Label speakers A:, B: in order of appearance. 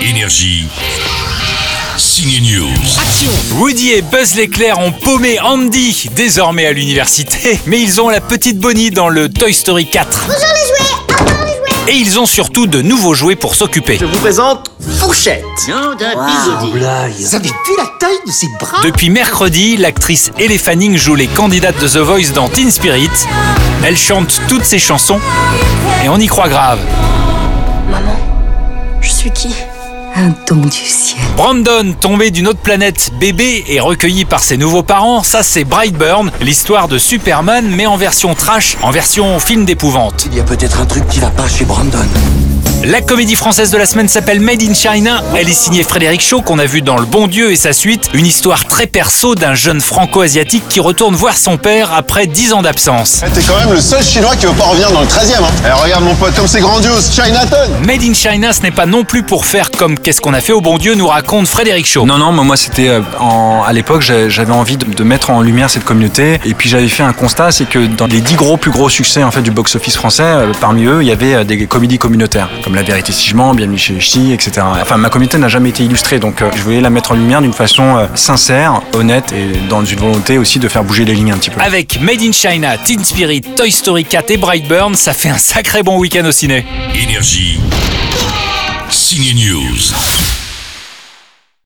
A: Énergie. Signe News.
B: Woody et Buzz l'éclair ont paumé Andy, désormais à l'université, mais ils ont la petite Bonnie dans le Toy Story 4. Bonjour les jouets Et ils ont surtout de nouveaux jouets pour s'occuper.
C: Je vous présente Fourchette. Vous avez vu la taille de ses bras
B: Depuis mercredi, l'actrice Ellie Fanning joue les candidates de The Voice dans Teen Spirit. Elle chante toutes ses chansons et on y croit grave.
D: Je suis qui
E: un don du ciel.
B: Brandon, tombé d'une autre planète bébé et recueilli par ses nouveaux parents, ça c'est Brightburn, l'histoire de Superman mais en version trash, en version film d'épouvante.
F: Il y a peut-être un truc qui va pas chez Brandon.
B: La comédie française de la semaine s'appelle Made in China. Elle est signée Frédéric Shaw qu'on a vu dans Le Bon Dieu et sa suite, une histoire très perso d'un jeune franco-asiatique qui retourne voir son père après 10 ans d'absence.
G: T'es quand même le seul chinois qui veut pas revenir dans le 13 e hein. Eh, regarde mon pote, comme c'est grandiose, Chinatown
B: Made in China, ce n'est pas non plus pour faire comme Qu'est-ce qu'on a fait au bon Dieu, nous raconte Frédéric Shaw.
H: Non, non, moi, moi, c'était euh, en- à l'époque, j'a- j'avais envie de, de mettre en lumière cette communauté. Et puis j'avais fait un constat, c'est que dans les dix gros plus gros succès en fait du box-office français, euh, parmi eux, il y avait euh, des comédies communautaires, comme La vérité si je mens, Bienvenue chez les Ch'tis, etc. Enfin, ma communauté n'a jamais été illustrée, donc euh, je voulais la mettre en lumière d'une façon euh, sincère, honnête et dans une volonté aussi de faire bouger les lignes un petit peu.
B: Avec Made in China, Teen Spirit, Toy Story 4 et Brightburn, ça fait un sacré bon week-end au ciné.
A: Énergie. Signe News.